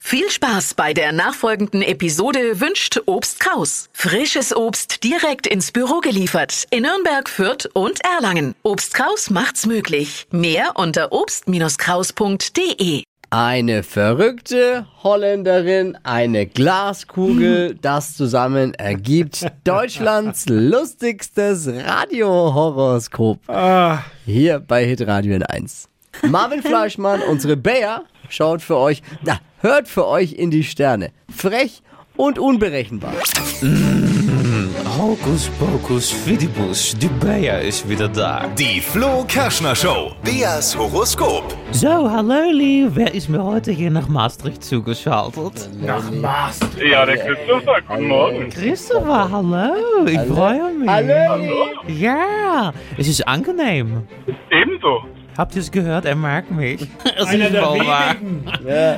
Viel Spaß bei der nachfolgenden Episode wünscht Obst Kraus. Frisches Obst direkt ins Büro geliefert in Nürnberg, Fürth und Erlangen. Obst Kraus macht's möglich. Mehr unter obst-kraus.de. Eine verrückte Holländerin, eine Glaskugel, das zusammen ergibt Deutschlands lustigstes Radiohoroskop. Hier bei Hitradio in 1. Marvin Fleischmann, unsere Bär, schaut für euch, na, hört für euch in die Sterne. Frech und unberechenbar. Hocus pocus fidibus, de beer is weer daar. Die Flo Kerschner Show. Beas Horoskop. Zo, hallo lief, wer is mir heute hier nach Maastricht zugeschaltet? Ja, der Christopher, guten Morgen. Christopher, hallo, ik freue mich. Ja, es ist angenehm. Ebenso. Habt ihr es gehört? Er mag mich. Es ist voll wahr.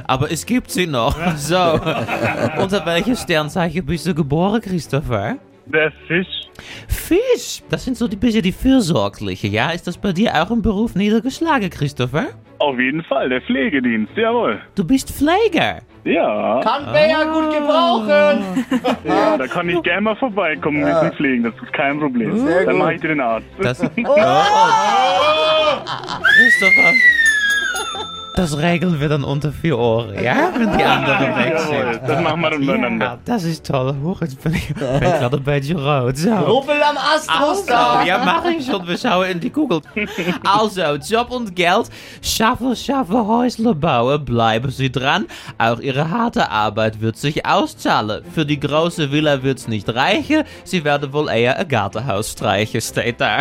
Aber es gibt sie noch. So, unter welches Sternzeichen bist du geboren, Christopher? Der Fisch. Fisch, das sind so die bisschen die Fürsorgliche. Ja, ist das bei dir auch im Beruf niedergeschlagen, Christopher? Auf jeden Fall, der Pflegedienst, jawohl. Du bist Pfleger. Ja, Kann Bär gut gebrauchen. ja da kann ich gerne mal vorbeikommen mit dem Pflegen, das ist kein Problem. Dann mache ich dir den Arzt. Das. Christopher. Das regeln wir dann unter vier Ohren, ja? Wenn die anderen weg Jawohl, sind. das machen wir untereinander. Ja, das ist toll. Huch, jetzt bin ich, bin ich gerade ein bisschen rot. So. Ruppel am Ast, Also, ja, mach ich schon. Wir schauen in die Google. Also, Job und Geld. Schaffen, schaffen, Häusle bauen. Bleiben Sie dran. Auch Ihre harte Arbeit wird sich auszahlen. Für die große Villa wird's nicht reichen. Sie werden wohl eher ein Gartenhaus streichen, steht da.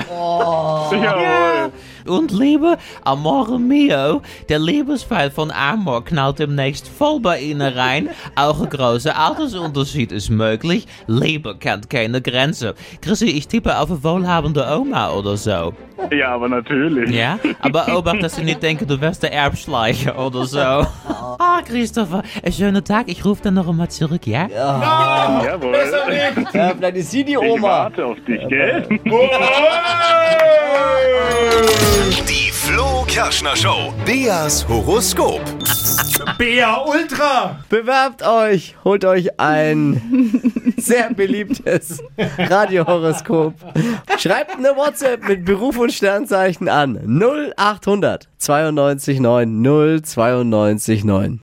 Jawohl. Und liebe Amore Mio, der Lebensfall von Amor knallt demnächst voll bei Ihnen rein. Auch ein großer Altersunterschied ist möglich. Liebe kennt keine Grenzen. Chrissy, ich tippe auf eine wohlhabende Oma oder so. Ja, aber natürlich. Ja? Aber Obacht, dass Sie nicht denken, du wärst der Erbschleicher oder so. Ah, Christopher, einen schönen Tag. Ich rufe dann noch einmal zurück, ja? Jawohl. Ja, vielleicht ist sie die Ich Oma. warte auf dich, gell? Die Flo Kerschner Show. Beas Horoskop. Bär Ultra! Bewerbt euch, holt euch ein sehr beliebtes Radiohoroskop. Schreibt eine WhatsApp mit Beruf und Sternzeichen an 0800 92 9 092 9.